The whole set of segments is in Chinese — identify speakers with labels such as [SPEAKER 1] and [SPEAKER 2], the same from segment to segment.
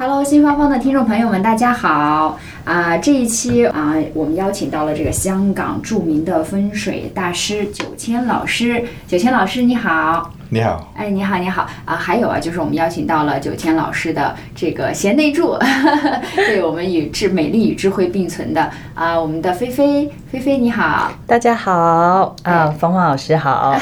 [SPEAKER 1] Hello，新芳芳的听众朋友们，大家好啊、这一期啊、我们邀请到了这个香港著名的风水大师九千老师。九千老师，你好。
[SPEAKER 2] 你好，
[SPEAKER 1] 哎，你好，你好啊！还有啊，就是我们邀请到了九千老师的这个贤内助， 对我们与智美丽与智慧并存的啊，我们的菲菲，菲菲你好，
[SPEAKER 3] 大家好啊，冯华老师好，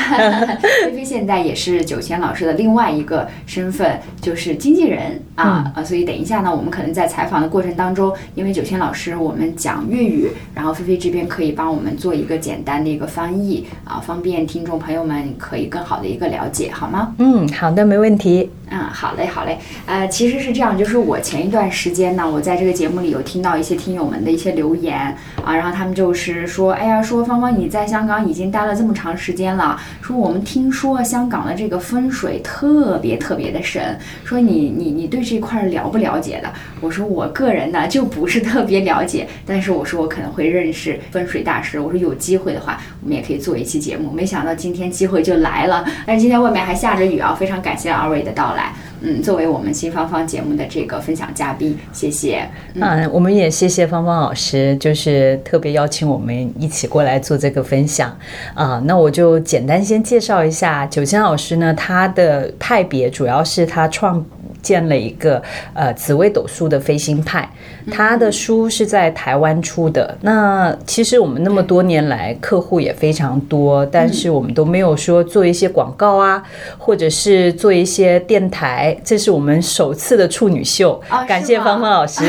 [SPEAKER 1] 菲菲现在也是九千老师的另外一个身份，就是经纪人啊、啊，所以等一下呢，我们可能在采访的过程当中，因为九千老师我们讲粤语，然后菲菲这边可以帮我们做一个简单的一个翻译啊，方便听众朋友们可以更好的一个了解，好吗？
[SPEAKER 3] 嗯，好的，没问题。
[SPEAKER 1] 嗯，好嘞，好嘞。呃，其实是这样，就是我前一段时间呢，我在这个节目里有听到一些听友们的一些留言啊，然后他们就是说，哎呀，说芳芳你在香港已经待了这么长时间了，说我们听说香港的这个风水特别特别的神，说你你你对这块儿了不了解的？我说我个人呢就不是特别了解，但是我说我可能会认识风水大师，我说有机会的话，我们也可以做一期节目。没想到今天机会就来了，但是今天外面还下着雨啊，非常感谢二位的到来。嗯，作为我们新芳芳节目的这个分享嘉宾，谢谢。
[SPEAKER 3] 嗯，我们也谢谢芳芳老师，就是特别邀请我们一起过来做这个分享啊、那我就简单先介绍一下九千老师呢，他的派别主要是他创建了一个呃紫微斗数的飞星派，
[SPEAKER 1] 嗯
[SPEAKER 3] 他的书是在台湾出的。那其实我们那么多年来客户也非常多，但是我们都没有说做一些广告啊，或者是做一些电台，这是我们首次的处女秀
[SPEAKER 1] 啊，
[SPEAKER 3] 感
[SPEAKER 1] 是
[SPEAKER 3] 谢
[SPEAKER 1] 吗
[SPEAKER 3] 芳芳 老师。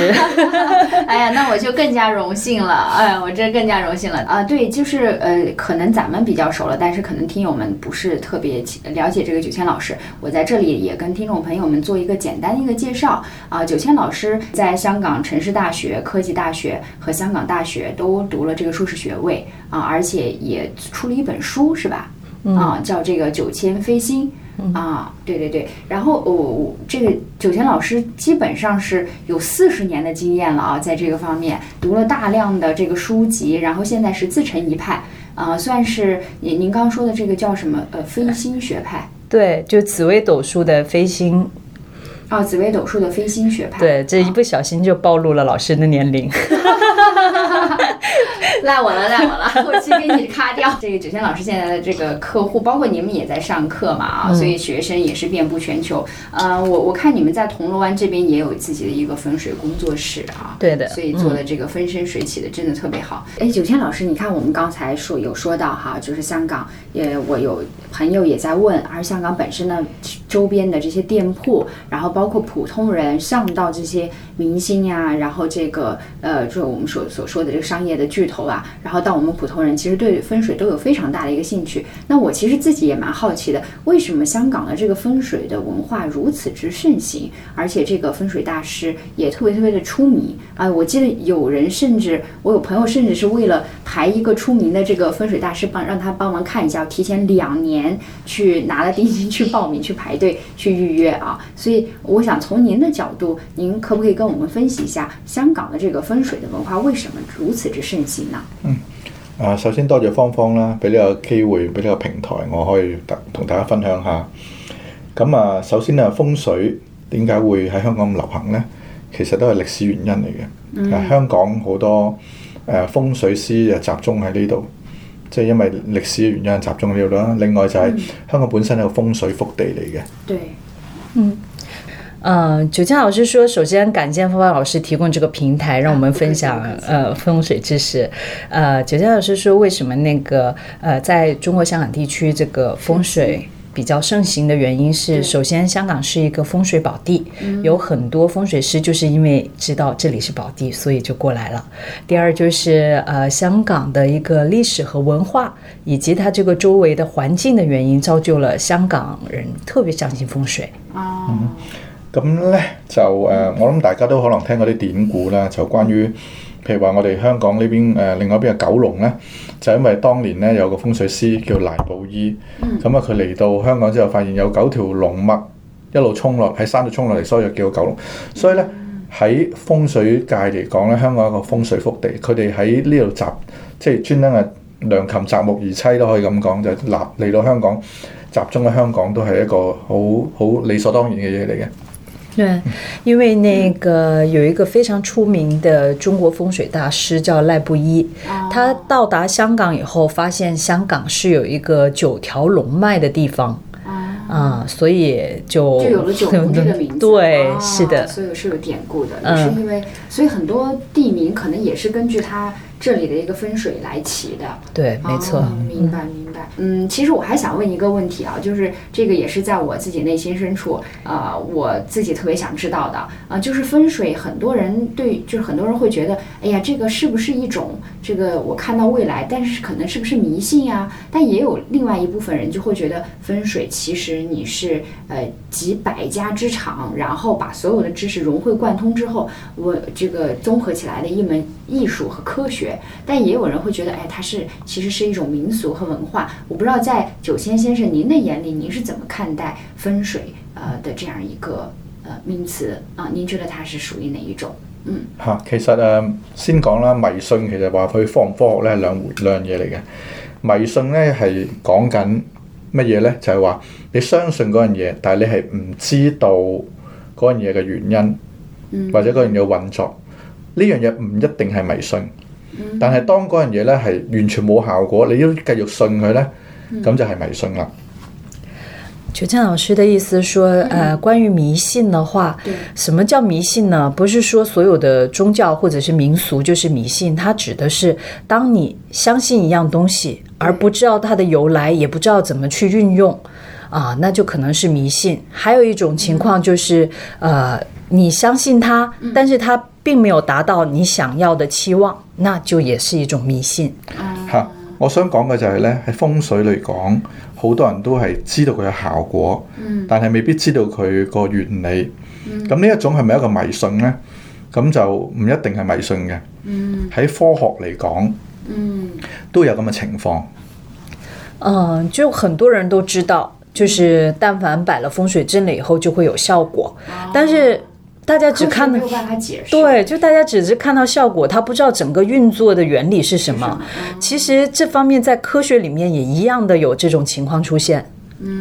[SPEAKER 1] 哎呀，那我就更加荣幸了。哎呀，我真更加荣幸了啊！对，就是呃，可能咱们比较熟了，但是可能听友们不是特别了解这个九千老师。我在这里也跟听众朋友们做一个简单的一个介绍啊。九千老师在香港城市大学、科技大学和香港大学都读了这个硕士学位啊，而且也出了一本书，是吧？啊，叫这个九千飞星。啊，对对对，然后我、我这个九千老师基本上是有四十年的经验了啊，在这个方面读了大量的这个书籍，然后现在是自成一派啊、算是您您刚说的这个叫什么呃飞星学派
[SPEAKER 3] 对，就紫微斗数的飞星，
[SPEAKER 1] 啊，紫微斗数的飞星学派。
[SPEAKER 3] 对，这一不小心就暴露了老师的年龄。
[SPEAKER 1] 赖我了，赖我 了，后期给你咔掉。这个九千老师现在的这个客户，包括你们也在上课嘛
[SPEAKER 3] 嗯
[SPEAKER 1] 啊，所以学生也是遍布全球。呃，我我看你们在铜锣湾这边也有自己的一个风水工作室啊。
[SPEAKER 3] 对的
[SPEAKER 1] 所以做的这个风生水起的真的特别好。哎，九千老师，你看我们刚才说有说到哈，就是香港，也我有朋友也在问，而香港本身呢，周边的这些店铺，然后包括普通人上到这些明星呀、然后这个呃，就是我们所所说的这个商业的巨头啊，然后到我们普通人，其实对风水都有非常大的一个兴趣。那我其实自己也蛮好奇的，为什么香港的这个风水的文化如此之盛行，而且这个风水大师也特别特别的出名啊、我记得有人甚至，我有朋友甚至是为了排一个出名的这个风水大师帮让他帮忙看一下，提前两年去拿了定金 去报名去排队去预约啊。所以我想从您的角度，您可不可以跟我们分析一下香港的这个风水的文化为什么如此之盛行呢？
[SPEAKER 2] 啊，首先多謝芳芳啦，俾呢個機會，俾呢個平台，我可以特同大家分享下。咁啊，首先啊，風水點解會喺香港咁流行呢？其實都係歷史原因嚟嘅。啊香港好多誒、呃、風水師就集中喺呢度，即係因為歷史嘅原因集中喺呢度啦。另外就係香港本身係個風水福地嚟嘅。
[SPEAKER 1] 对，
[SPEAKER 3] 嗯，九江老师说，首先感谢方方老师提供这个平台，让我们分享、
[SPEAKER 1] 不客气不客气
[SPEAKER 3] 呃风水知识。呃，九江老师说，为什么那个呃在中国香港地区这个风水？比较盛行的原因是，首先香港是一个风水宝地，有很多风水师就是因为知道这里是宝地，所以就过来了。第二就是呃香港的一个历史和文化，以及它这个周围的环境的原因，造就了香港人特别相信风水。
[SPEAKER 1] 啊、
[SPEAKER 2] 咁咧就誒、呃我諗大家都可能聽過啲典故啦，就關於譬如話我哋香港呢邊誒、呃另外一邊嘅九龍咧，就因為當年咧有個風水師叫賴布衣，咁啊佢嚟到香港之後，發現有九條龍脈一路衝落喺山度衝落嚟，所以就叫九龍。所以咧喺風水界嚟講咧，香港一個風水福地，佢哋喺呢度集即係專登啊良禽擇木而棲都可以咁講，就立嚟到香港集中喺香港都係一個好好理所當然嘅嘢嚟嘅。
[SPEAKER 3] 对，因为那个有一个非常出名的中国风水大师叫赖布衣，
[SPEAKER 1] 啊
[SPEAKER 3] 他到达香港以后，发现香港是有一个九条龙脉的地方
[SPEAKER 1] 啊，
[SPEAKER 3] 啊、所以就
[SPEAKER 1] 就有了九龙这 个名字。
[SPEAKER 3] 哦对，
[SPEAKER 1] 啊
[SPEAKER 3] 是的，
[SPEAKER 1] 所以是有典故的，也
[SPEAKER 3] 嗯
[SPEAKER 1] 是因为，所以很多地名可能也是根据它这里的一个风水来起的。
[SPEAKER 3] 对，没错。
[SPEAKER 1] 哦明白明白。嗯，其实我还想问一个问题啊，就是这个也是在我自己内心深处，呃，我自己特别想知道的啊、呃就是风水，很多人对，就是很多人会觉得，哎呀，这个是不是一种这个我看到未来，但是可能是不是迷信呀、但也有另外一部分人就会觉得风水其实你是呃集百家之长，然后把所有的知识融会贯通之后，我这个综合起来的一门艺术和科学。但也有人会觉得，哎，它是其实是一种民俗和文化。我不知道在九仙先生您的眼里，您是怎么看待风水呃的这样一个呃名词啊、您觉得它是属于哪一種？嗯，
[SPEAKER 2] 嚇、其實誒、呃先講啦，迷信其實話佢科唔科學咧係兩回兩樣嘢嚟嘅。迷信咧係講緊乜嘢咧？就係、話你相信嗰樣嘢，但係你係唔知道嗰樣嘢嘅原因，或者嗰樣嘢嘅運作。呢樣嘢唔一定係迷信，但係當嗰樣嘢咧係完全冇效果，你都繼續信佢咧，咁就係迷信啦。
[SPEAKER 3] 九倩老师的意思说，呃，关于迷信的话
[SPEAKER 1] 对，
[SPEAKER 3] 什么叫迷信呢？不是说所有的宗教或者是民俗就是迷信，它指的是当你相信一样东西，而不知道它的由来，也不知道怎么去运用，啊，那就可能是迷信。还有一种情况就是，呃，你相信它，但是它并没有达到你想要的期望，那就也是一种迷信。
[SPEAKER 2] 嚇、啊我想講嘅就係咧，喺風水嚟講，好多人都係知道佢嘅效果，但係未必知道佢個原理。咁呢、一種係咪一個迷信呢？咁就唔一定係迷信嘅。喺、科學嚟講，都有咁嘅情況。
[SPEAKER 3] 嗯，就很多人都知道，就是但凡摆了风水阵了以后就会有效果，但是大家只
[SPEAKER 1] 科学
[SPEAKER 3] 看到
[SPEAKER 1] 哦没有办法解释。
[SPEAKER 3] 对，就大家只是看到效果，他不知道整个运作的原理是什么。
[SPEAKER 1] 嗯
[SPEAKER 3] 其实这方面在科学里面也一样的有这种情况出现。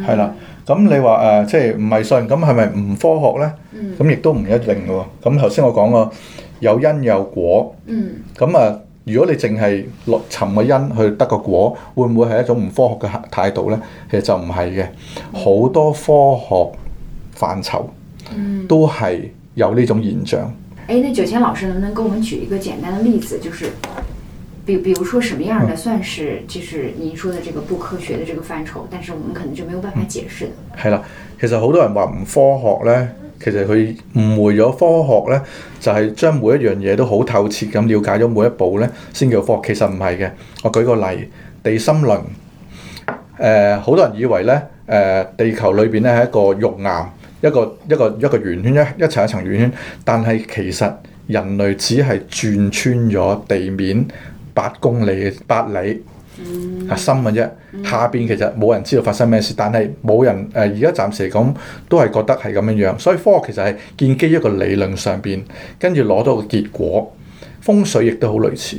[SPEAKER 2] 係啦。咁你話誒、呃即係唔迷信，咁係咪唔科學呢？咁亦都唔一定嘅喎。咁頭先我講過有因有果，
[SPEAKER 1] 嗯
[SPEAKER 2] 咁啊，如果你淨係落尋個因去得個果，會唔會係一種唔科學嘅態度呢？其實就唔係嘅，好多科學範疇都係有呢種現象。
[SPEAKER 1] 哎，那九千老师能不能给我们举一个简单的例子，就是？比比如说什么样的
[SPEAKER 3] 嗯
[SPEAKER 1] 算是就是您说的这个不科学的这个范畴，但是我们可能就没有办
[SPEAKER 3] 嗯
[SPEAKER 1] 法解释的。
[SPEAKER 2] 係啦，其實好多人話唔科學呢，其實佢誤會咗科學呢，就係、將每一樣嘢都好透徹咁了解咗每一步呢，先叫科學。其實唔係嘅，我舉個例，地心論。誒、好多人以為呢，誒、地球裏邊呢係一個肉岩，一個一個一個圓圈，一一層一層圓圈，但係其實人類只係轉穿咗地面八公里八里。核心嘅啊啫。下邊其實冇人知呃道發生咩事，但係冇人誒而家暫時嚟講都係覺得係咁樣樣，所以科學其實係建基於一個理論上邊，跟住攞到個結果。風水亦都好類似，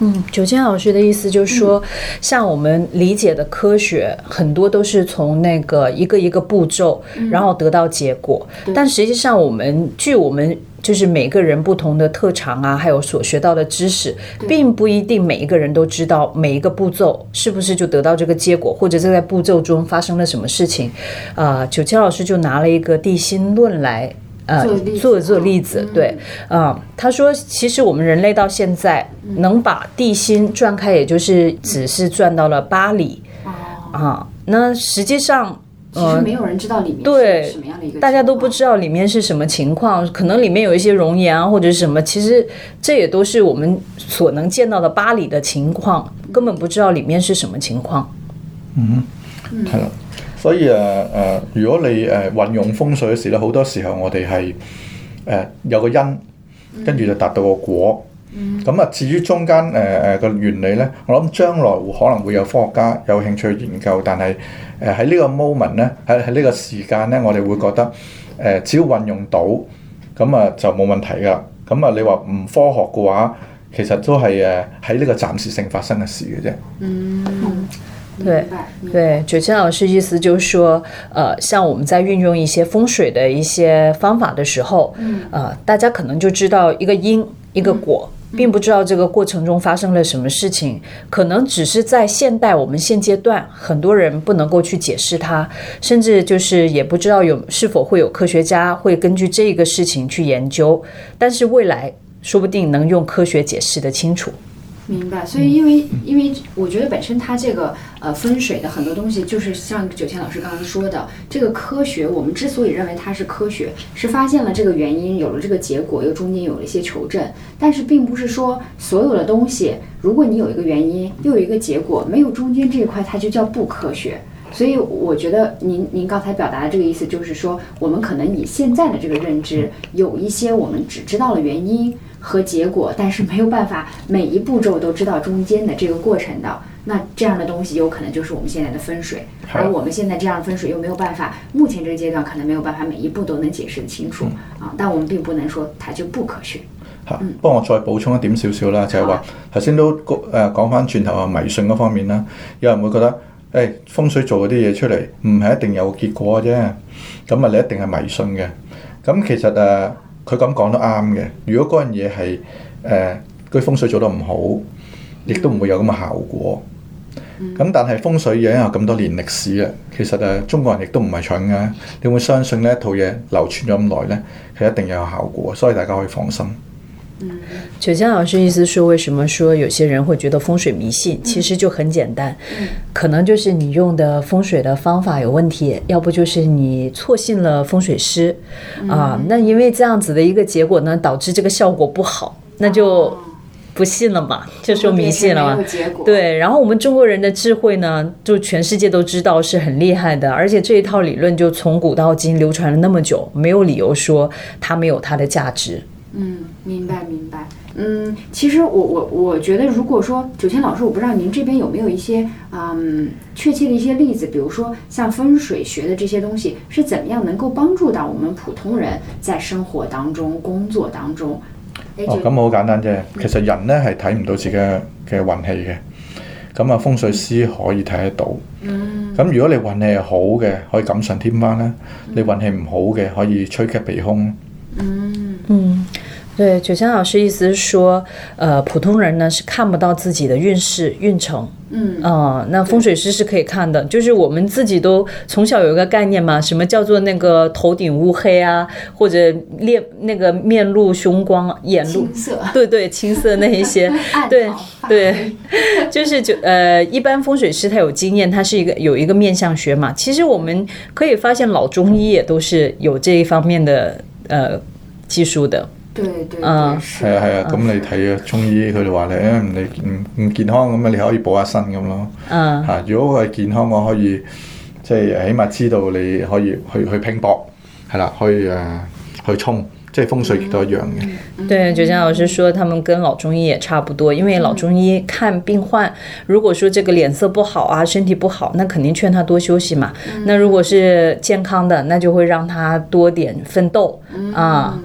[SPEAKER 3] 嗯，九千老师的意思就是说，
[SPEAKER 1] 嗯
[SPEAKER 3] 像我们理解的科学，很多都是从那个一个一个步骤，
[SPEAKER 1] 嗯
[SPEAKER 3] 然后得到结果。但实际上，我们据我们就是每个人不同的特长啊，还有所学到的知识，并不一定每一个人都知道每一个步骤是不是就得到这个结果，或者这在步骤中发生了什么事情。啊，九千老师就拿了一个地心论来。呃
[SPEAKER 1] 做例子，嗯
[SPEAKER 3] 做做例子，对，啊、他说，其实我们人类到现在能把地心转开，也就是只是转到了八里
[SPEAKER 1] 哦，
[SPEAKER 3] 啊。那实际上，
[SPEAKER 1] 其实没有人知道里面
[SPEAKER 3] 呃对
[SPEAKER 1] 是什么样的一个，
[SPEAKER 3] 大家都不知道里面是什么情况，可能里面有一些熔岩啊或者是什么，其实这也都是我们所能见到的巴黎的情况，根本不知道里面是什么情况。
[SPEAKER 2] 係啦、所以誒誒、呃如果你誒、呃、運用風水嗰時咧，好多時候我哋係誒有個因，跟住就達到個果。咁啊、至於中間誒誒個原理咧，我諗將來會可能會有科學家有興趣研究，但係誒喺呢個 moment 咧，喺喺呢個時間咧，我哋會覺得誒、呃只要運用到，咁啊就冇問題㗎啦。咁啊，你話唔科學呃嘅話，其實都係誒喺呢個暫時性發生嘅事嘅啫。
[SPEAKER 3] 对
[SPEAKER 1] 嗯明白明白
[SPEAKER 3] 对，九千老师意思就是说，呃，像我们在运用一些风水的一些方法的时候，嗯，呃，大家可能就知道一个因一个果。并不知道这个过程中发生了什么事情，可能只是在现代我们现阶段，很多人不能够去解释它，甚至就是也不知道有是否会有科学家会根据这个事情去研究，但是未来说不定能用科学解释的清楚。
[SPEAKER 1] 明白，所以因为、因为我觉得本身它这个呃分水的很多东西，就是像九千老师刚刚说的，这个科学，我们之所以认为它是科学，是发现了这个原因，有了这个结果，又中间有了一些求证，但是并不是说所有的东西，如果你有一个原因，又有一个结果，没有中间这一块，它就叫不科学。所以我觉得您您刚才表达的这个意思就是说，我们可能以现在的这个认知，
[SPEAKER 3] 嗯
[SPEAKER 1] 有一些我们只知道了原因和结果，但是没有办法每一步骤都知道中间的这个过程的。那这样的东西有可能就是我们现在的分水，
[SPEAKER 2] 好
[SPEAKER 1] 而我们现在这样的分水又没有办法，目前这个阶段可能没有办法每一步都能解释得清楚
[SPEAKER 3] 嗯
[SPEAKER 1] 啊。但我们并不能说它就不科学。
[SPEAKER 2] 嚇，幫我再補充一點少少啦，就係話頭先都誒講翻轉頭啊迷信嗰方面啦，有人會覺得誒、風水做嗰啲嘢出嚟唔係一定有結果嘅啫，咁啊你一定係迷信嘅。咁其實誒佢咁講都啱嘅，如果嗰樣嘢係誒佢風水做得唔好，亦都唔會有咁嘅效果。咁但係風水嘢有咁多年歷史啊，其實誒中國人亦都唔係蠢嘅，你會相信呢一套嘢流傳咗咁耐呢，佢一定有效果，所以大家可以放心。
[SPEAKER 3] 九江老师意思是，为什么说有些人会觉得风水迷
[SPEAKER 1] 嗯
[SPEAKER 3] 信？其实就很简单，可能就是你用的风水的方法有问题，要不就是你错信了风水师
[SPEAKER 1] 嗯
[SPEAKER 3] 啊。那因为这样子的一个结果呢，导致这个效果不好，那就
[SPEAKER 1] 哦
[SPEAKER 3] 不信了嘛，就说迷信了
[SPEAKER 1] 没
[SPEAKER 3] 嘛
[SPEAKER 1] 有。结果。
[SPEAKER 3] 对，然后我们中国人的智慧呢，就全世界都知道是很厉害的，而且这一套理论就从古到今流传了那么久，没有理由说它没有它的价值。
[SPEAKER 1] 嗯，明白明白。嗯，其实我我我觉得，如果说九千老师，我不知道您这边有没有一些嗯确切的一些例子，比如说像风水学的这些东西是怎么样能够帮助到我们普通人在生活当中、工作当中？哎，
[SPEAKER 2] 哦，
[SPEAKER 1] 就
[SPEAKER 2] 咁好簡單啫。其實人咧係睇唔到自己嘅嘅運氣嘅，咁啊風水師可以睇得到。
[SPEAKER 3] 嗯
[SPEAKER 2] 咁如果你運氣係好嘅，可以錦上添花啦；你運氣唔好嘅，可以趨吉避凶。
[SPEAKER 3] 对，九香老师意思是说，呃，普通人呢是看不到自己的运势、运程，
[SPEAKER 1] 嗯
[SPEAKER 3] 呃，那风水师是可以看的。就是我们自己都从小有一个概念嘛，什么叫做那个头顶乌黑啊，或者面那个面露凶光啊、眼露
[SPEAKER 1] 青涩、
[SPEAKER 3] 对对，青色那 一些
[SPEAKER 1] 暗，
[SPEAKER 3] 对
[SPEAKER 1] 藏发
[SPEAKER 3] 对，就是就呃，一般风水师他有经验，他是一个有一个面相学嘛。其实我们可以发现，老中医也都是有这一方面的呃技术的。
[SPEAKER 1] 对对对，
[SPEAKER 3] 嗯
[SPEAKER 1] 是
[SPEAKER 2] 係啊係啊，咁你睇啊中醫佢哋話你誒你唔唔健康咁啊，你可以補下身咁咯。
[SPEAKER 3] 嗯
[SPEAKER 2] 嚇、如果佢係健康，我可以即係起碼知道你可以去去拼搏，係啦，可以誒、呃去衝，即係風水亦都一樣嘅。
[SPEAKER 3] 嗯
[SPEAKER 1] 嗯
[SPEAKER 3] 对，九江老师说他们跟老中医也差不多，因为老中医看病患，如果说这个脸色不好啊，身体不好，那肯定劝他多休息嘛。那如果是健康的，那就会让他多点奋斗啊。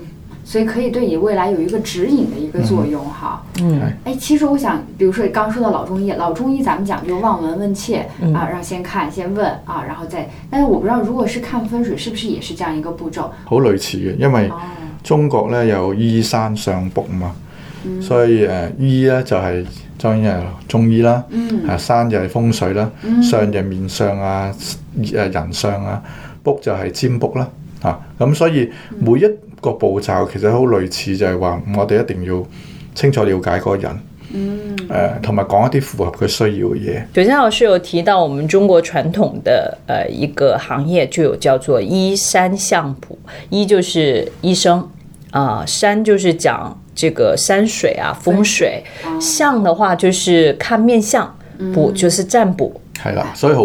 [SPEAKER 1] 所以可以对你未来有一个指引的一个作用哈。嗯
[SPEAKER 2] 哎，
[SPEAKER 1] 哎，其实我想，比如说刚说到老中医，老中医咱们讲究望闻问切、啊，让先看先问啊，然后再，但是我不知道如果是看分水，是不是也是这样一个步骤？
[SPEAKER 2] 好類似嘅，因為
[SPEAKER 1] 哦
[SPEAKER 2] 中國咧有依山上卜嘛，所以誒、呃醫咧就係、當然係中醫啦，
[SPEAKER 1] 嗯
[SPEAKER 2] 啊山就係風水啦，相就面相啊，誒人相啊，卜就係占卜啦，啊咁所以每一個步驟其實好類似，就係話我哋一定要清楚了解嗰個人，誒同埋講一啲符合佢需要嘅嘢。
[SPEAKER 3] 九江老师有提到，我们中国传统的呃一个行业就有叫做医山相卜，医就是医生啊、山就是讲这个山水啊风水，
[SPEAKER 1] 嗯
[SPEAKER 3] 相的话就是看面相，卜就是占卜。
[SPEAKER 2] 係啦，所以好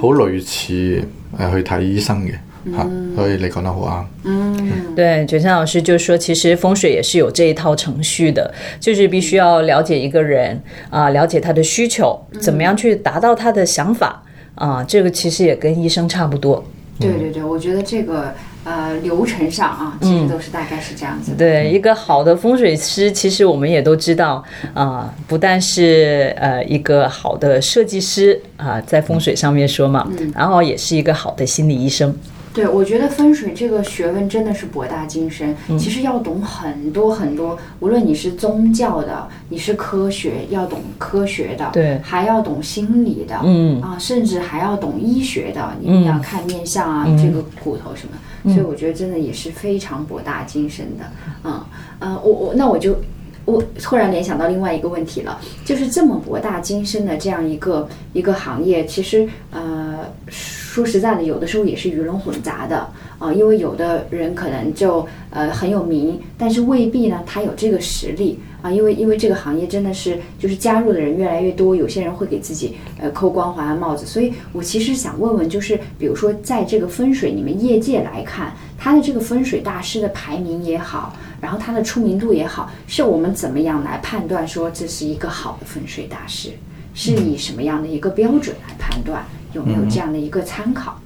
[SPEAKER 2] 好類似誒去睇醫生嘅嚇，所以你講得好啱。
[SPEAKER 3] 对，九香老师就说，其实风水也是有这一套程序的，就是必须要了解一个人啊、了解他的需求，怎么样去达到他的想法啊、这个其实也跟医生差不多。
[SPEAKER 1] 对对对，我觉得这个。呃流程上啊，其实都是大概是这样子的。
[SPEAKER 3] 对，一个好的风水师，其实我们也都知道啊、不但是呃一个好的设计师啊、在风水上面说嘛，然后也是一个好的心理医生。
[SPEAKER 1] 对，我觉得风水这个学问真的是博大精深，
[SPEAKER 3] 嗯
[SPEAKER 1] 其实要懂很多很多，无论你是宗教的，你是科学，要懂科学的，
[SPEAKER 3] 对
[SPEAKER 1] 还要懂心理的，
[SPEAKER 3] 嗯
[SPEAKER 1] 啊，甚至还要懂医学的，你要看面相
[SPEAKER 3] 嗯
[SPEAKER 1] 啊，这个骨头什么，所以我觉得真的也是非常博大精深的，嗯呃，我我那我就。我突然联想到另外一个问题了，就是这么博大精深的这样一个一个行业，其实呃，说实在的，有的时候也是鱼龙混杂的啊、因为有的人可能就呃很有名，但是未必呢他有这个实力啊、因为因为这个行业真的是就是加入的人越来越多，有些人会给自己呃扣光环啊帽子，所以我其实想问问，就是比如说在这个风水你们业界来看，他的这个风水大师的排名也好，然后他的出名度也好，是我们怎么样来判断说这是一个好的风水大师？是以什么样的一个标准来判断？有没有这样的一个参考？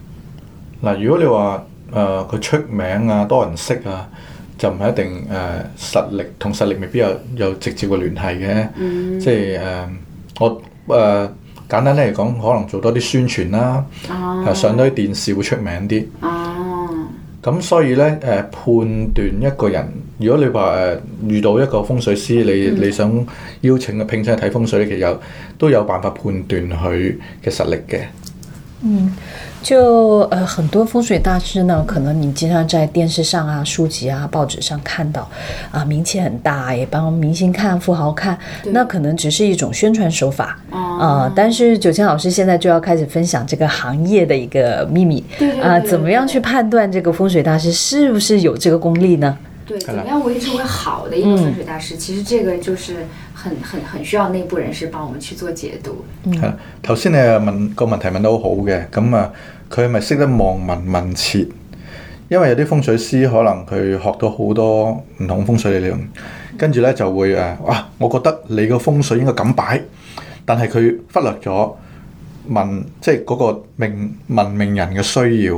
[SPEAKER 2] 嗱，如果你話誒佢出名啊、多人識啊，就唔係一定誒、呃、實力同實力未必有有直接嘅聯繫嘅。即係誒、呃我誒、呃、簡單啲嚟講，可能做多啲宣傳啦，
[SPEAKER 1] 哦
[SPEAKER 2] 係上多啲電視會出名啲。
[SPEAKER 1] 哦，
[SPEAKER 2] 咁所以咧，誒、判斷一個人，如果你話誒、遇到一個風水師，你你想邀請佢聘請去睇風水咧，其實有都有辦法判斷佢嘅實力嘅。
[SPEAKER 3] 就呃，很多风水大师呢，可能你经常在电视上啊、书籍啊、报纸上看到，啊，名气很大，也帮明星看、富豪看，那可能只是一种宣传手法啊、呃但是九千老师现在就要开始分享这个行业的一个秘密
[SPEAKER 1] 对对对
[SPEAKER 3] 啊、
[SPEAKER 1] 对
[SPEAKER 3] 怎么样去判断这个风水大师是不是有这个功力呢？
[SPEAKER 1] 对，怎么样维持一个好的一个风水大师？其实这个就是很很很需要内部人士帮我们去做解讀。
[SPEAKER 2] 係啦，頭先你又問個問題問得好好嘅，咁啊，佢係咪識得望聞問切？因為有啲風水師可能佢學到好多唔同風水理論，跟住咧就會誒，啊，我覺得你個風水應該咁擺，但係佢忽略咗問，即係嗰個命問命人嘅需要。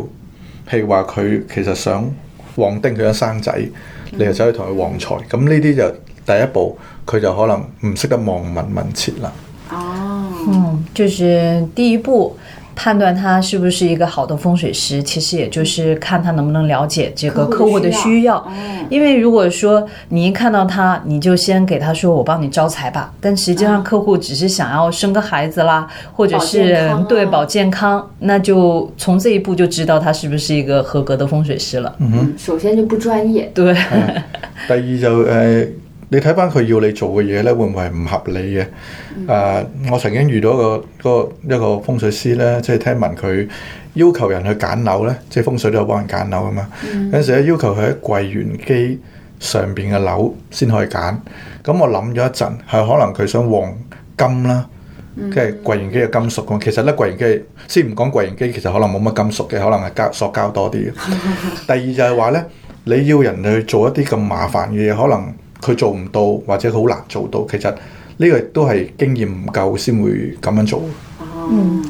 [SPEAKER 2] 譬如話佢其實想旺丁，佢想生仔，你就走去同佢旺財，咁呢啲就第一步，佢就可能唔識得望聞問切啦。
[SPEAKER 1] 哦，
[SPEAKER 3] 嗯，就是第一步。判断他是不是一个好的风水师，其实也就是看他能不能了解这个客户的需要。
[SPEAKER 1] 哦，
[SPEAKER 3] 因为如果说你一看到他，你就先给他说我帮你招财吧，但实际上客户只是想要生个孩子啦，或者
[SPEAKER 1] 啊保
[SPEAKER 3] 是
[SPEAKER 1] 健康啊
[SPEAKER 3] 对保健康，那就从这一步就知道他是不是一个合格的风水师了。
[SPEAKER 1] 嗯首先就不专业，
[SPEAKER 3] 对，
[SPEAKER 2] 第二就誒、呃你睇翻佢要你做嘅嘢咧，會唔會係唔合理嘅？誒、我曾經遇到一個個一個風水師咧，即係聽聞佢要求人去揀樓咧，即係風水都有幫人揀樓啊嘛。有陣時咧要求佢喺櫃員機上邊嘅樓先可以揀。咁我諗咗一陣，係可能佢想旺金啦。即係櫃員機嘅金屬其實咧櫃員機先唔講櫃員機，其實可能冇乜金屬嘅，可能係膠塑膠多啲嘅。第二就係話咧，你要人去做一啲咁麻煩嘅嘢，可能佢做唔到，或者佢好難做到。其實呢個亦都係經驗唔夠先會咁樣做。
[SPEAKER 1] 哦，
[SPEAKER 3] 嗯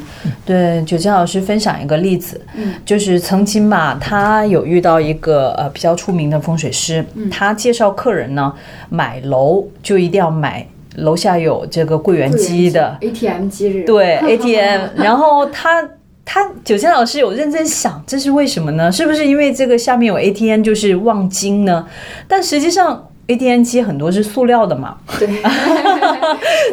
[SPEAKER 3] 对，九江老师分享一个例子，
[SPEAKER 1] 嗯
[SPEAKER 3] 就是曾经吧，他有遇到一个呃比较出名的风水师，
[SPEAKER 1] 嗯
[SPEAKER 3] 他介绍客人呢买楼就一定要买楼下有这个柜员机的。
[SPEAKER 1] ATM 机是吧？
[SPEAKER 3] 对 ATM，然后他他九千老师有认真想，这是为什么呢？是不是因为这个下面有 ATM 就是望京呢？但实际上 ATM 机很多是塑料的 嘛，
[SPEAKER 1] 对，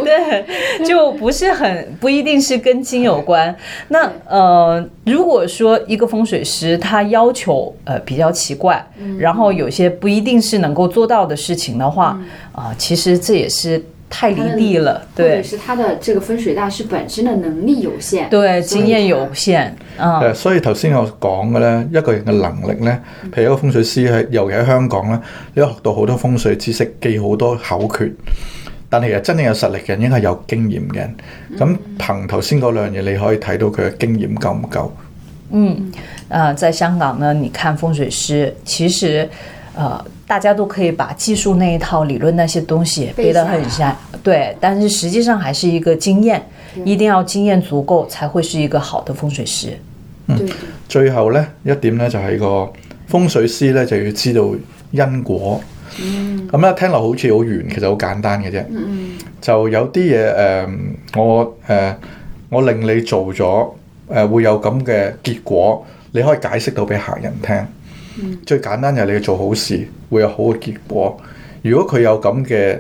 [SPEAKER 3] 对，就不是很不一定是跟金有关。那呃，如果说一个风水师他要求呃比较奇怪，然后有些不一定是能够做到的事情的话，啊、其实这也是太离地了，
[SPEAKER 1] 或者
[SPEAKER 3] 对
[SPEAKER 1] 是他的这个风水大师本身的能力有限，
[SPEAKER 3] 对，
[SPEAKER 1] 所以
[SPEAKER 3] 经验
[SPEAKER 1] 他
[SPEAKER 3] 有限，嗯。
[SPEAKER 2] 誒，所以頭先我講嘅咧，一個人嘅能力咧，譬如一個風水師喺，尤其喺香港咧，你學到好多風水知識，記好多口訣。但係其實真正有實力嘅人應該係有經驗嘅人。咁憑頭先嗰兩樣嘢，你可以睇到佢嘅經驗夠唔夠。
[SPEAKER 3] 呃，在香港呢，你看风水师，其实，呃，大家都可以把技术那一套、理论那些东西
[SPEAKER 1] 背
[SPEAKER 3] 背得
[SPEAKER 1] 下
[SPEAKER 3] 很
[SPEAKER 1] 来
[SPEAKER 3] 下，对，但是实际上还是一个经验，一定要经验足够才会是一个好的风水师。
[SPEAKER 1] 对对
[SPEAKER 2] 最後呢一點呢，就係、個風水師咧就要知道因果。咁咧、聽落好似好玄，其實好簡單嘅啫。
[SPEAKER 1] 嗯
[SPEAKER 2] 就有啲嘢誒，我誒、我令你做咗誒、會有咁嘅結果，你可以解釋到俾客人聽。最簡單就係你做好事會有好嘅結果。如果佢有咁嘅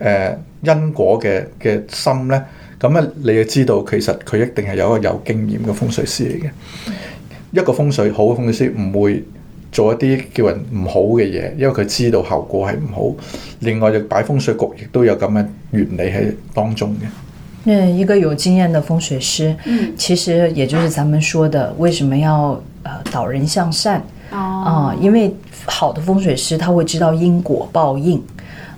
[SPEAKER 2] 誒因果嘅嘅心咧，咁咧你就知道其實佢一定係有一個有經驗嘅風水師嚟嘅。一個風水好嘅風水師唔會做一啲叫人唔好嘅嘢，因為佢知道後果係唔好。另外就擺風水局亦都有咁嘅原理喺當中嘅。
[SPEAKER 3] 那一个有经验的风水师，
[SPEAKER 1] 嗯
[SPEAKER 3] 其实也就是咱们说的，为什么要呃导人向善啊、
[SPEAKER 1] 哦，
[SPEAKER 3] 因为好的风水师他会知道因果报应。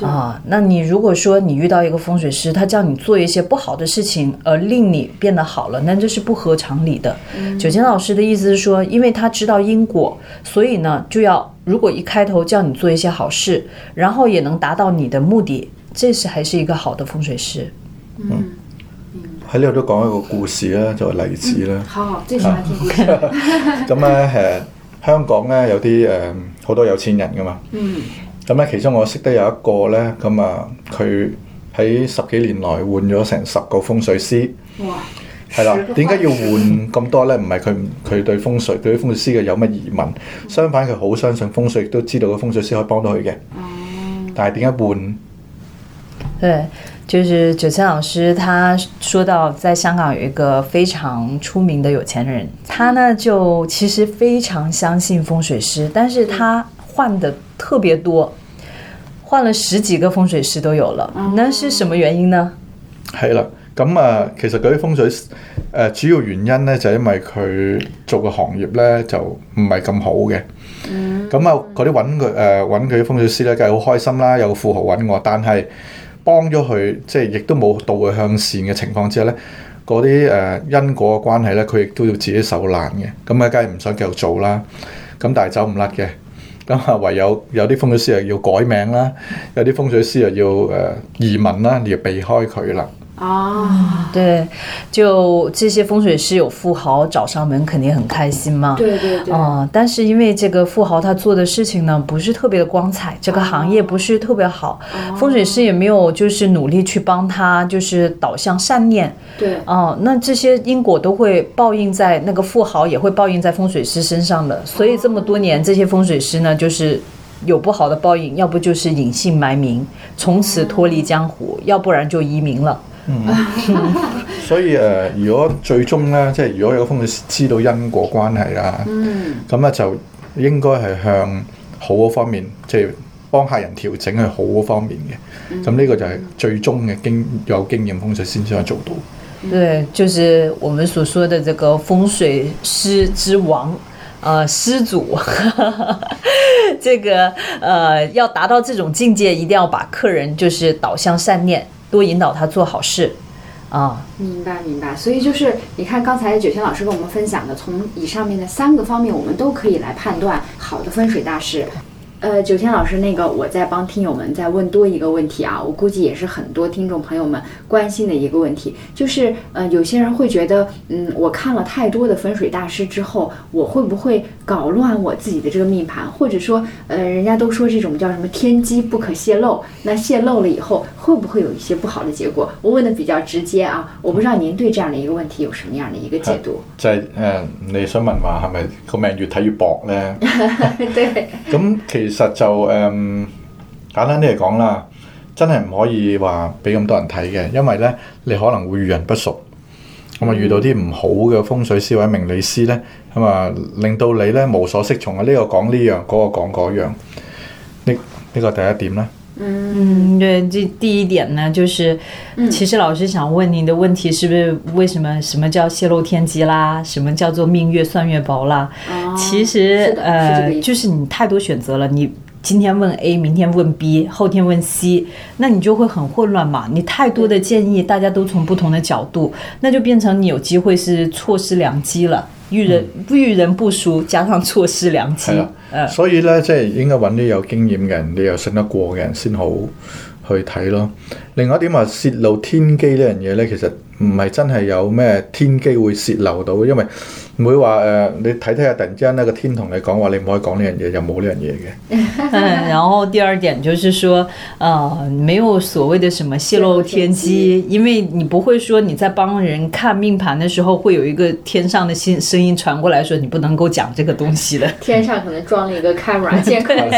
[SPEAKER 3] 啊、那你如果说你遇到一个风水师，他叫你做一些不好的事情，而令你变得好了，那这是不合常理的。九千老师的意思是说，因为他知道因果，所以呢，就要如果一开头叫你做一些好事，然后也能达到你的目的，这是还是一个好的风水师。
[SPEAKER 1] 嗯，
[SPEAKER 2] 喺呢度都講一個故事啦，作為例子啦。
[SPEAKER 1] 好好，最喜欢听故事。
[SPEAKER 2] 咁咧誒，香港咧有啲誒好多有錢人噶嘛。
[SPEAKER 1] 嗯
[SPEAKER 2] 咁咧，其中我識得有一個咧，咁啊，佢喺十幾年來換咗成十個風水師，
[SPEAKER 1] 哇，
[SPEAKER 2] 係啦
[SPEAKER 1] 十個。
[SPEAKER 2] 點解要換咁多咧？唔係佢唔佢對風水對風水師嘅有乜疑問，相反佢好相信風水，亦都知道個風水師可以幫到佢嘅。
[SPEAKER 1] 哦，
[SPEAKER 2] 但係點解換？
[SPEAKER 3] 对，就是九千老师他说到，在香港有一个非常出名的有钱人，他呢就其实非常相信风水师，但是他换的特别多，换了十几个风水师都有了。那是什么原因呢？
[SPEAKER 2] 係啦，咁啊，其實嗰啲風水誒、呃主要原因咧，就係因為佢做嘅行業咧就唔係咁好嘅。咁啊、嗰啲揾佢誒揾佢啲風水師咧，梗係好開心啦，有個富豪揾我，但係幫咗佢，即係亦都冇導佢向善嘅情況之下咧。嗰啲誒因果嘅關係咧，佢亦都要自己受難嘅，咁啊，梗係唔想繼續做啦。咁但係走唔甩嘅，咁啊唯有有啲風水師又要改名啦，有啲風水師又要誒、呃移民啦，你要避開佢啦。
[SPEAKER 1] 哦，
[SPEAKER 3] 对，就这些风水师有富豪找上门，肯定很开心嘛。
[SPEAKER 1] 对对对，
[SPEAKER 3] 哦、但是因为这个富豪他做的事情呢，不是特别的光彩，这个行业不是特别好，风水师也没有就是努力去帮他，就是导向善念。
[SPEAKER 1] 对，
[SPEAKER 3] 哦、那这些因果都会报应在那个富豪，也会报应在风水师身上的。所以这么多年，这些风水师呢，就是有不好的报应，要不就是隐姓埋名，从此脱离江湖，要不然就移民了。
[SPEAKER 2] 所以誒、呃如果最終咧，即係如果有個風水師知道因果關係啦，
[SPEAKER 1] 嗯
[SPEAKER 2] 咁咧就應該係向好嗰方面，即係幫客人調整去好嗰方面嘅。咁呢個就係最終嘅經有經驗風水先至可以做到。
[SPEAKER 3] 对，就是我们所说的这个风水师之王，呃，师祖， 这个呃，要达到这种境界，一定要把客人就是导向善念，多引导他做好事，啊，
[SPEAKER 1] 明白明白，所以就是你看刚才九千老师跟我们分享的，从以上面的三个方面，我们都可以来判断好的风水大师。呃，九千老师，那个我再帮听友们再问多一个问题啊，我估计也是很多听众朋友们关心的一个问题，就是呃，有些人会觉得，嗯，我看了太多的风水大师之后，我会不会搞乱我自己的这个命盘？或者说，呃，人家都说这种叫什么天机不可泄露，那泄露了以后会不会有一些不好的结果？我问的比较直接啊，我不知道您对这样的一个问题有什么样的一个解读？
[SPEAKER 2] 就係、呃你想問話係咪個命越睇越薄咧？
[SPEAKER 1] 对，
[SPEAKER 2] 咁其實就誒、嗯、簡單啲嚟講啦，真係唔可以話俾咁多人睇嘅，因為咧你可能會遇人不淑，咁啊遇到啲唔好嘅風水師或者命理師咧，咁啊令到你咧無所適從啊，呢、個講呢樣，嗰、個講嗰樣，呢呢個第一點啦。
[SPEAKER 3] 嗯，对，这第一点呢，就是，
[SPEAKER 1] 嗯
[SPEAKER 3] 其实老师想问您的问题是不是为什么什么叫泄露天机啦，什么叫做命越算越薄啦？
[SPEAKER 1] 哦
[SPEAKER 3] 其实
[SPEAKER 1] 是的是这
[SPEAKER 3] 呃
[SPEAKER 1] 个，意思
[SPEAKER 3] 就是你太多选择了，你今天问 A，明天问 B，后天问 C，那你就会很混乱嘛。你太多的建议，大家都从不同的角度，那就变成你有机会是错失良机了。遇人不遇人不淑，加上错失良机
[SPEAKER 2] 係啦，，
[SPEAKER 3] 嗯，
[SPEAKER 2] 所以咧，即係應該揾啲有經驗嘅人，你又信得過嘅人先好去睇咯。另外一點話泄露天機呢樣嘢咧，其實唔係真係有咩天機會泄漏到，因為唔會話誒、呃你睇睇下突然之間呢個天同你講話，你唔可以講呢樣嘢，又冇呢樣嘢嘅。
[SPEAKER 3] 嗯，然后第二点就是说，呃，没有所谓的什么泄露天机，因为你不会说你在帮人看命盘的时候，会有一个天上的心声音传过来说你不能够讲这个东西的。
[SPEAKER 1] 天上可能装了一个 camera 监控器，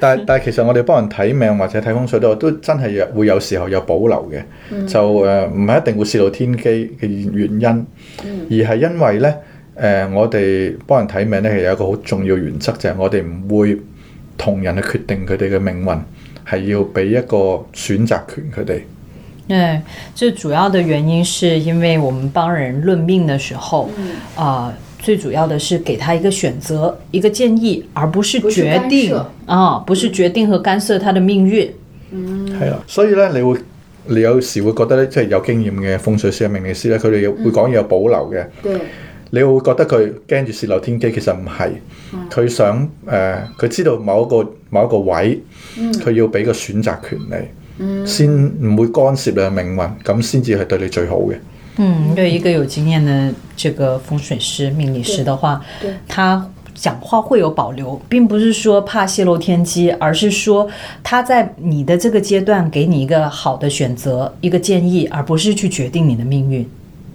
[SPEAKER 2] 但係但係其實我哋幫人睇命或者睇風水都都真係有會有時候有保留嘅，就誒唔係一定會泄露天機嘅原因，而係因為咧誒、呃我哋幫人睇命咧，其實有一個好重要原則就係、我哋唔會同人去決定佢哋嘅命運，係要俾一個選擇權佢哋。
[SPEAKER 3] 对，最主要的原因是因为我们帮人论命的时候，啊、最主要的是给他一个选择、一个建议，而不是
[SPEAKER 1] 不是
[SPEAKER 3] 决
[SPEAKER 1] 干
[SPEAKER 3] 定
[SPEAKER 1] 涉
[SPEAKER 3] 啊、不是决定和干涉他的命运。
[SPEAKER 2] 係啦，所以咧，你會你有時會覺得咧，即係有經驗嘅風水師、命理師咧，佢哋有會講嘢有保留嘅，
[SPEAKER 1] 对，
[SPEAKER 2] 你會覺得佢驚住泄漏天機，其實唔係，佢想誒，呃佢、知道某一個某一個位，佢要俾個選擇權你，先唔會干涉你嘅命運，咁先至係對你最好嘅。
[SPEAKER 3] 嗯，对一个有经验的这个风水师、命理师的话，他讲话会有保留，并不是说怕泄露天机，而是说他在你的这个阶段给你一个好的选择、一个建议，而不是去决定你的命运。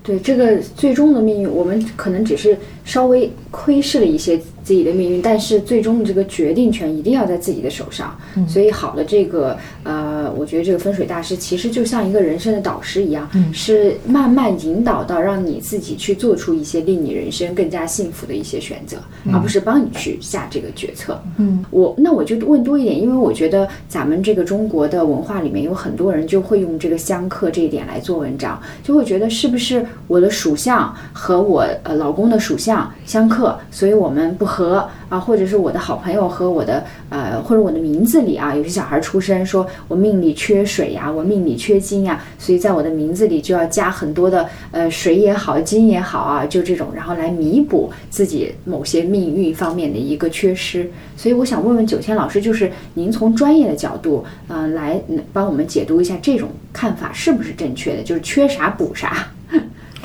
[SPEAKER 1] 对这个最终的命运，我们可能只是稍微窥视了一些自己的命运，但是最终的这个决定权一定要在自己的手上。所以，好的这个呃，我觉得这个风水大师其实就像一个人生的导师一样，是慢慢引导到让你自己去做出一些令你人生更加幸福的一些选择，而不是帮你去下这个决策。嗯，我那我就问多一点，因为我觉得咱们这个中国的文化里面有很多人就会用这个相克这一点来做文章，就会觉得是不是我的属相和我呃老公的属相相克，所以我们不合啊，或者是我的好朋友和我的呃或者我的名字里啊，有些小孩出生说我命里缺水呀、我命里缺金呀、所以在我的名字里就要加很多的呃水也好、金也好啊，就这种，然后来弥补自己某些命运方面的一个缺失。所以我想问问九千老师，就是您从专业的角度，呃，来嗯帮我们解读一下这种看法是不是正确的？就是缺啥补啥。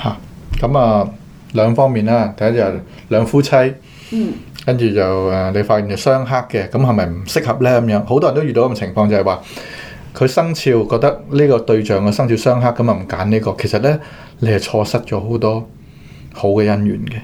[SPEAKER 2] 嚇，咁啊兩方面啦，第一就係兩夫妻，
[SPEAKER 1] 嗯，
[SPEAKER 2] 跟住就誒、呃你發現就相克嘅，咁係啊咪唔適合咧？咁樣好多人都遇到咁嘅情況，就係話佢生肖覺得呢個對象嘅生肖相克，咁啊唔揀呢個。其實咧，你係錯失咗好多好嘅姻緣嘅。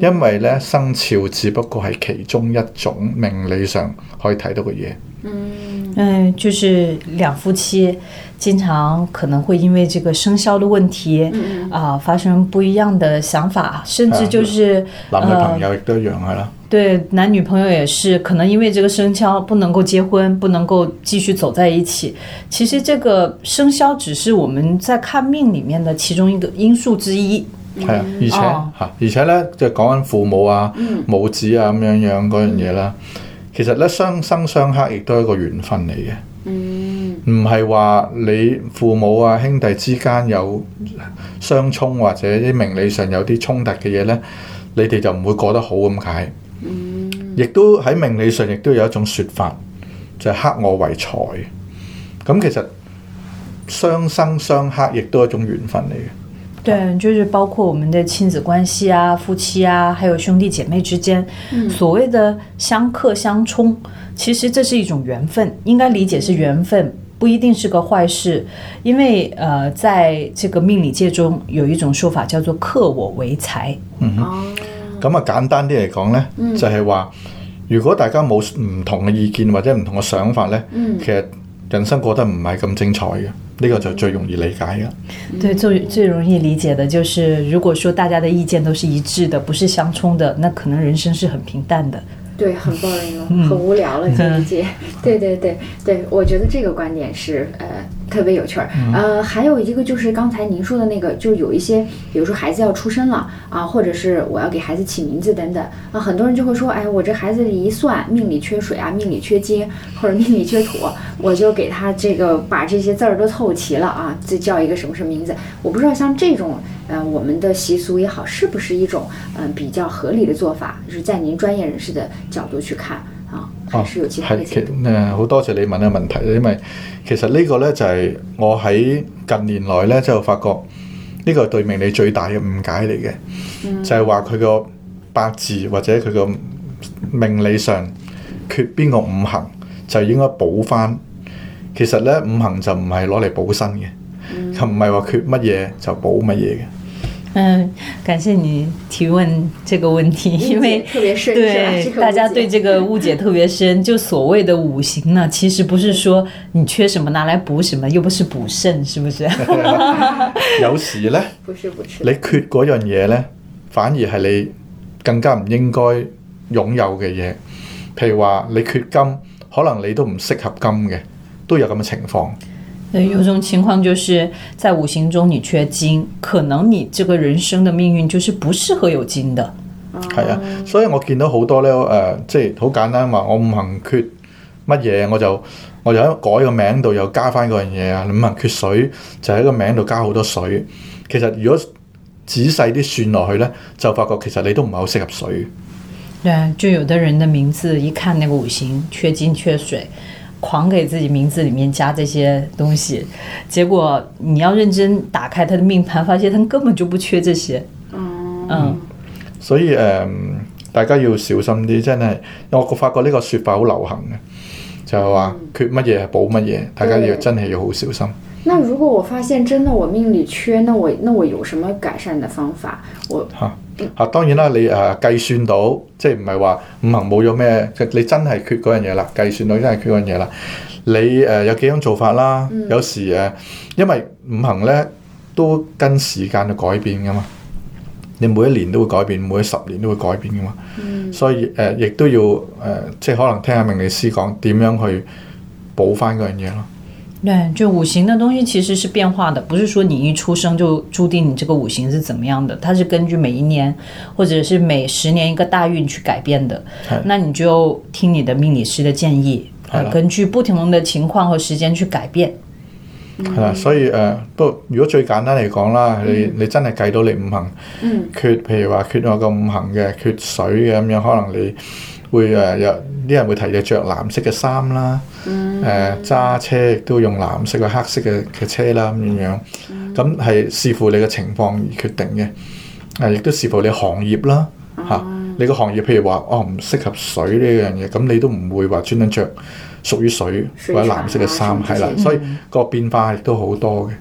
[SPEAKER 2] 因為咧生肖只不過係其中一種命理上可以睇到嘅嘢，
[SPEAKER 3] 嗯，就是两夫妻经常可能会因为这个生肖的问题啊、发生不一样的想法，甚至就是、
[SPEAKER 2] 男女朋
[SPEAKER 3] 呃，
[SPEAKER 2] 友亦都一樣係啦。
[SPEAKER 3] 对男女朋友也是，可能因为这个生肖不能够结婚，不能够继续走在一起。其实这个生肖只是我们在看命里面的其中一个因素之一。
[SPEAKER 2] 係啊，而且嚇、
[SPEAKER 3] 哦
[SPEAKER 2] 而且咧，就講緊父母啊、母子啊咁樣樣嗰樣嘢啦。其實咧，相生相克亦都係一個緣分嚟嘅。
[SPEAKER 1] 嗯
[SPEAKER 2] 唔係話你父母啊兄弟之間有相衝或者啲名理上有啲衝突嘅嘢呢，你哋就唔會過得好咁解。亦都喺名理上亦都有一種說法，就係、克我為財。咁其實相生相克亦都係一種緣分嚟嘅。
[SPEAKER 3] 对，嗯就是包括我们的亲子关系啊、夫妻啊，还有兄弟姐妹之间，所谓的相克相冲，其实这是一种缘分，应该理解是缘分，不一定是个坏事。因为呃，在这个命理界中有一种说法叫做“克我为财
[SPEAKER 1] 哦，
[SPEAKER 2] 咁啊簡單啲嚟講呢，就係話，如果大家冇唔同嘅意見或者唔同嘅想法呢，其實人生過得唔係咁精彩嘅，呢、個就最容易理解嘅。”。
[SPEAKER 3] 对，最最容易理解的就是，如果说大家的意见都是一致的，不是相冲的，那可能人生是很平淡的。
[SPEAKER 1] 对，很 boring 了，很无聊了，这一届。 对对对对，我觉得这个观点是呃特别有趣儿。呃，还有一个就是刚才您说的那个，就有一些，比如说孩子要出生了啊，或者是我要给孩子起名字等等啊，很多人就会说，哎，我这孩子一算命里缺水啊，命里缺金，或者命里缺土，我就给他这个把这些字儿都凑齐了啊，就叫一个什么什么名字。我不知道像这种呃我们的习俗也好，是不是一种嗯、呃比较合理的做法？就是在您专业人士的角度去看啊，还是有其他
[SPEAKER 2] 係
[SPEAKER 1] 的解
[SPEAKER 2] 其
[SPEAKER 1] 读？
[SPEAKER 2] 誒好多謝你問嘅問題，因為其實呢個呢，就係我喺近年來呢，就發覺呢個係對命理最大嘅誤解嚟嘅，就係話佢個八字或者佢個命理上缺邊個五行，就應該補翻。其實呢，五行就唔係攞嚟補身嘅，就唔係話缺乜嘢就補乜嘢嘅。
[SPEAKER 3] 嗯，感谢你提问这个问题，因
[SPEAKER 1] 理
[SPEAKER 3] 为
[SPEAKER 1] 解特别深是吧
[SPEAKER 3] 对
[SPEAKER 1] 这个
[SPEAKER 3] 大家
[SPEAKER 1] 误解
[SPEAKER 3] 对这个误解特别深。就所谓的五行呢，其实不是说你缺什么拿来补什么，又不是补肾，是 不是？
[SPEAKER 2] 有時呢。
[SPEAKER 1] 不是不是
[SPEAKER 2] 你，缺嗰樣嘢呢，反而係你更加唔應該擁有嘅嘢。譬如話你缺金，可能你都唔適合金嘅，都有咁嘅情況。
[SPEAKER 3] 对，有种情况就是在五行中你缺金，可能你这个人生的命运就是不适合有金的。
[SPEAKER 2] 係啊，所以我見到好多呢，誒、呃即係好簡單話，我五行缺乜嘢，我就我就喺改個名度又加翻嗰樣嘢啊。五行缺水就喺個名度加好多水。其實如果仔細啲算落去呢，就發覺其實你都唔係好適合水。
[SPEAKER 3] 对，啊就有的人的名字一看那个五行缺金缺水，狂给自己名字里面加这些东西，结果你要认真打开他的命盘，发现他根本就不缺这些。嗯，
[SPEAKER 2] 所以誒、嗯大家要小心啲，真係我發覺呢個説法好流行嘅，就係話缺乜嘢係補乜嘢，大家要
[SPEAKER 1] 對
[SPEAKER 2] 真係要好小心。
[SPEAKER 1] 那如果我发现真的我命里缺，那我那我有什么改善的方法？我
[SPEAKER 2] 嚇嚇、當然啦，你誒、呃、計算到，即係唔係話五行冇咗咩，即係你真係缺嗰樣嘢啦，計算到真係缺嗰樣嘢啦。你誒、呃有幾種做法啦，有時誒、呃因為五行咧都跟時間去改變噶嘛，你每一年都會改變，每十年都會改變噶嘛，所以誒、呃亦都要誒、呃即係可能聽下命理師講點樣去補翻嗰樣嘢咯。
[SPEAKER 3] 对，就五行的东西其实是变化的，不是说你一出生就注定你这个五行是怎么样的，它是根据每一年或者是每十年一个大运去改变的。那你就听你的命理师的建议，呃
[SPEAKER 2] 好了
[SPEAKER 3] 根据不同的情况和时间去改变。
[SPEAKER 2] 係啦，所以誒、呃不過如果最簡單嚟講啦，你你真係計到你五行、缺，譬如話缺我個五行嘅，缺水嘅咁樣，可能你會誒、呃有啲人會提你着藍色嘅衫啦，呃誒揸、車亦都用藍色嘅黑色嘅嘅車啦咁樣樣，咁係視乎你嘅情況而決定嘅，誒亦都視乎你行業啦嚇。你個行業譬如話，哦唔適合水呢樣嘢，咁你都唔會話專登着屬於水
[SPEAKER 1] 水
[SPEAKER 2] 或者
[SPEAKER 1] 產
[SPEAKER 2] 藍色嘅
[SPEAKER 1] 啊
[SPEAKER 2] 衫，
[SPEAKER 1] 甚
[SPEAKER 2] 係
[SPEAKER 1] 至
[SPEAKER 2] 啦
[SPEAKER 1] 係，
[SPEAKER 2] 所以個變化亦都好多嘅。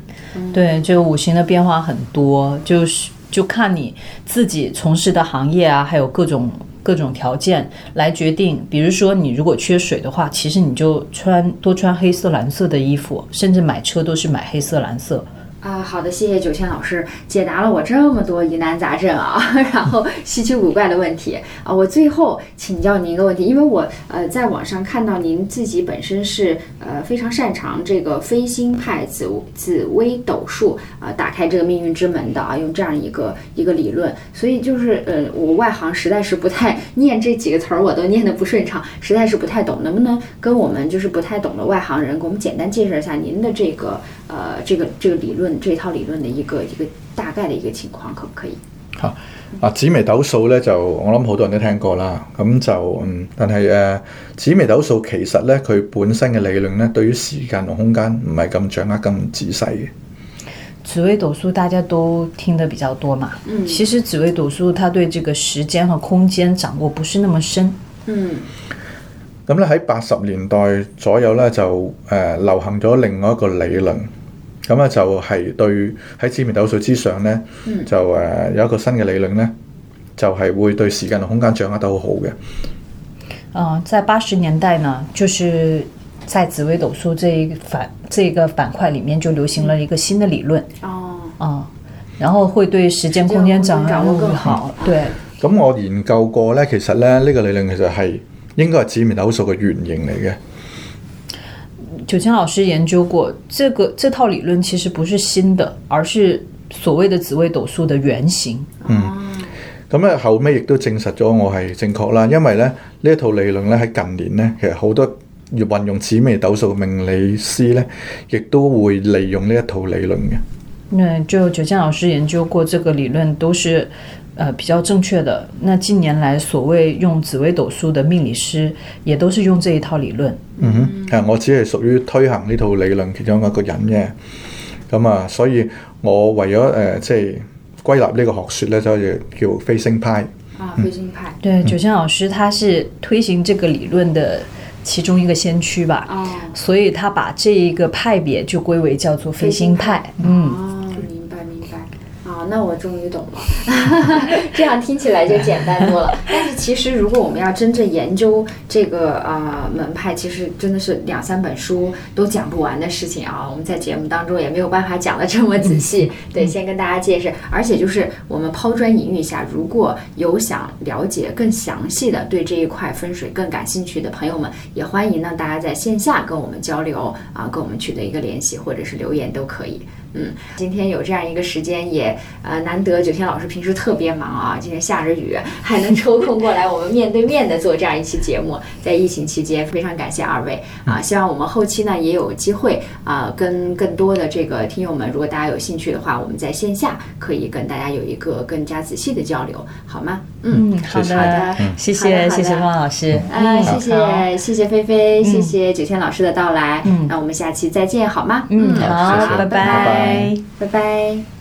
[SPEAKER 3] 对，这个五行的变化很多，就是就看你自己从事的行业啊，还有各种各种条件来决定。比如说，你如果缺水的话，其实你就穿多穿黑色、蓝色的衣服，甚至买车都是买黑色、蓝色。
[SPEAKER 1] 啊，好的，谢谢九千老师解答了我这么多疑难杂症啊， 然后稀奇古怪的问题啊。我最后请教您一个问题，因为我呃在网上看到您自己本身是呃非常擅长这个飞星派紫紫微斗数啊、打开这个命运之门的啊，用这样一个一个理论，所以就是呃我外行实在是不太念这几个词儿，我都念得不顺畅，实在是不太懂，能不能跟我们就是不太懂的外行人给我们简单介绍一下您的这个？呃，这个这个理论这套理论的一个一个大概的一个情况，可不可以？
[SPEAKER 2] 嚇啊！紫微斗數咧就我諗好多人都聽過啦，咁就嗯，但係誒、呃紫微斗數其實咧佢本身嘅理論咧，對於時間同空間唔係咁掌握咁仔細嘅。
[SPEAKER 3] 紫微斗数大家都听得比较多嘛，嗯，其实紫微斗数它对这个时间和空间掌握不是那么深，
[SPEAKER 1] 嗯
[SPEAKER 2] 咁咧喺八十年代左右咧就誒、呃流行咗另外一個理論，咁咧就係對喺紫微斗數之上咧，就誒、呃有一個新嘅理論咧，就係、會對時間同空間掌握得好好嘅。
[SPEAKER 3] 嗯，在八十年代呢，就是在紫微斗数这一反这个板块里面，就流行了一个新的理论
[SPEAKER 1] 哦，
[SPEAKER 3] 啊、然后会对时间空间掌
[SPEAKER 1] 掌
[SPEAKER 3] 握
[SPEAKER 1] 握
[SPEAKER 3] 得
[SPEAKER 1] 更
[SPEAKER 3] 更
[SPEAKER 1] 好
[SPEAKER 3] 好。对，
[SPEAKER 2] 咁我研究過咧，其實咧呢、呢個理論其實係應該係紫微斗數嘅原型嚟嘅。
[SPEAKER 3] 九千老师研究过这个这套理论，其实不是新的，而是所谓的紫微斗数的原型。
[SPEAKER 1] 哦
[SPEAKER 2] 咁咧後尾亦都證實咗我係正確啦，因為咧呢一套理論咧喺近年咧，其實好多要運用紫微斗數嘅命理師咧，亦都會利用呢一套理論嘅。
[SPEAKER 3] 那就九千老师研究过这个理论，都是呃比较正确的。那近年来所谓用紫微斗数的命理师，也都是用这一套理论。
[SPEAKER 2] 嗯哼，誒，我只係屬於推行呢套理論其中一個人嘅，咁啊，所以我為咗誒、呃即係歸納呢個學説咧，就係叫飛星派。
[SPEAKER 1] 啊，飞星派
[SPEAKER 3] 对，九仙老师他是推行这个理论的其中一个先驱吧，
[SPEAKER 1] 哦
[SPEAKER 3] 所以他把这一个派别就归为叫做飞星派。嗯，
[SPEAKER 1] 哦，明白明白。啊，那我终于懂了，这样听起来就简单多了。但是其实，如果我们要真正研究这个呃门派，其实真的是两三本书都讲不完的事情啊。我们在节目当中也没有办法讲的这么仔细。对，先跟大家介绍，而且就是我们抛砖引玉一下，如果有想了解更详细的对这一块分水更感兴趣的朋友们，也欢迎呢大家在线下跟我们交流啊，跟我们取得一个联系或者是留言都可以。嗯，今天有这样一个时间也呃难得，九天老师平时特别忙啊，今天下着雨还能抽空过来，我们面对面的做这样一期节目，在疫情期间非常感谢二位啊，希望我们后期呢也有机会啊跟更多的这个听友们，如果大家有兴趣的话，我们在线下可以跟大家有一个更加仔细的交流，好吗？嗯，
[SPEAKER 3] 嗯，好
[SPEAKER 2] 谢谢
[SPEAKER 3] 的，谢谢，谢谢方老师，
[SPEAKER 1] 啊，谢
[SPEAKER 3] 嗯好
[SPEAKER 1] 谢谢谢菲菲，谢谢九天老师的到来，
[SPEAKER 3] 嗯
[SPEAKER 1] 那我们下期再见好吗？
[SPEAKER 3] 嗯，
[SPEAKER 2] 好
[SPEAKER 3] 好
[SPEAKER 2] 谢，谢
[SPEAKER 3] 拜
[SPEAKER 2] 拜拜
[SPEAKER 3] 拜。
[SPEAKER 1] 拜拜。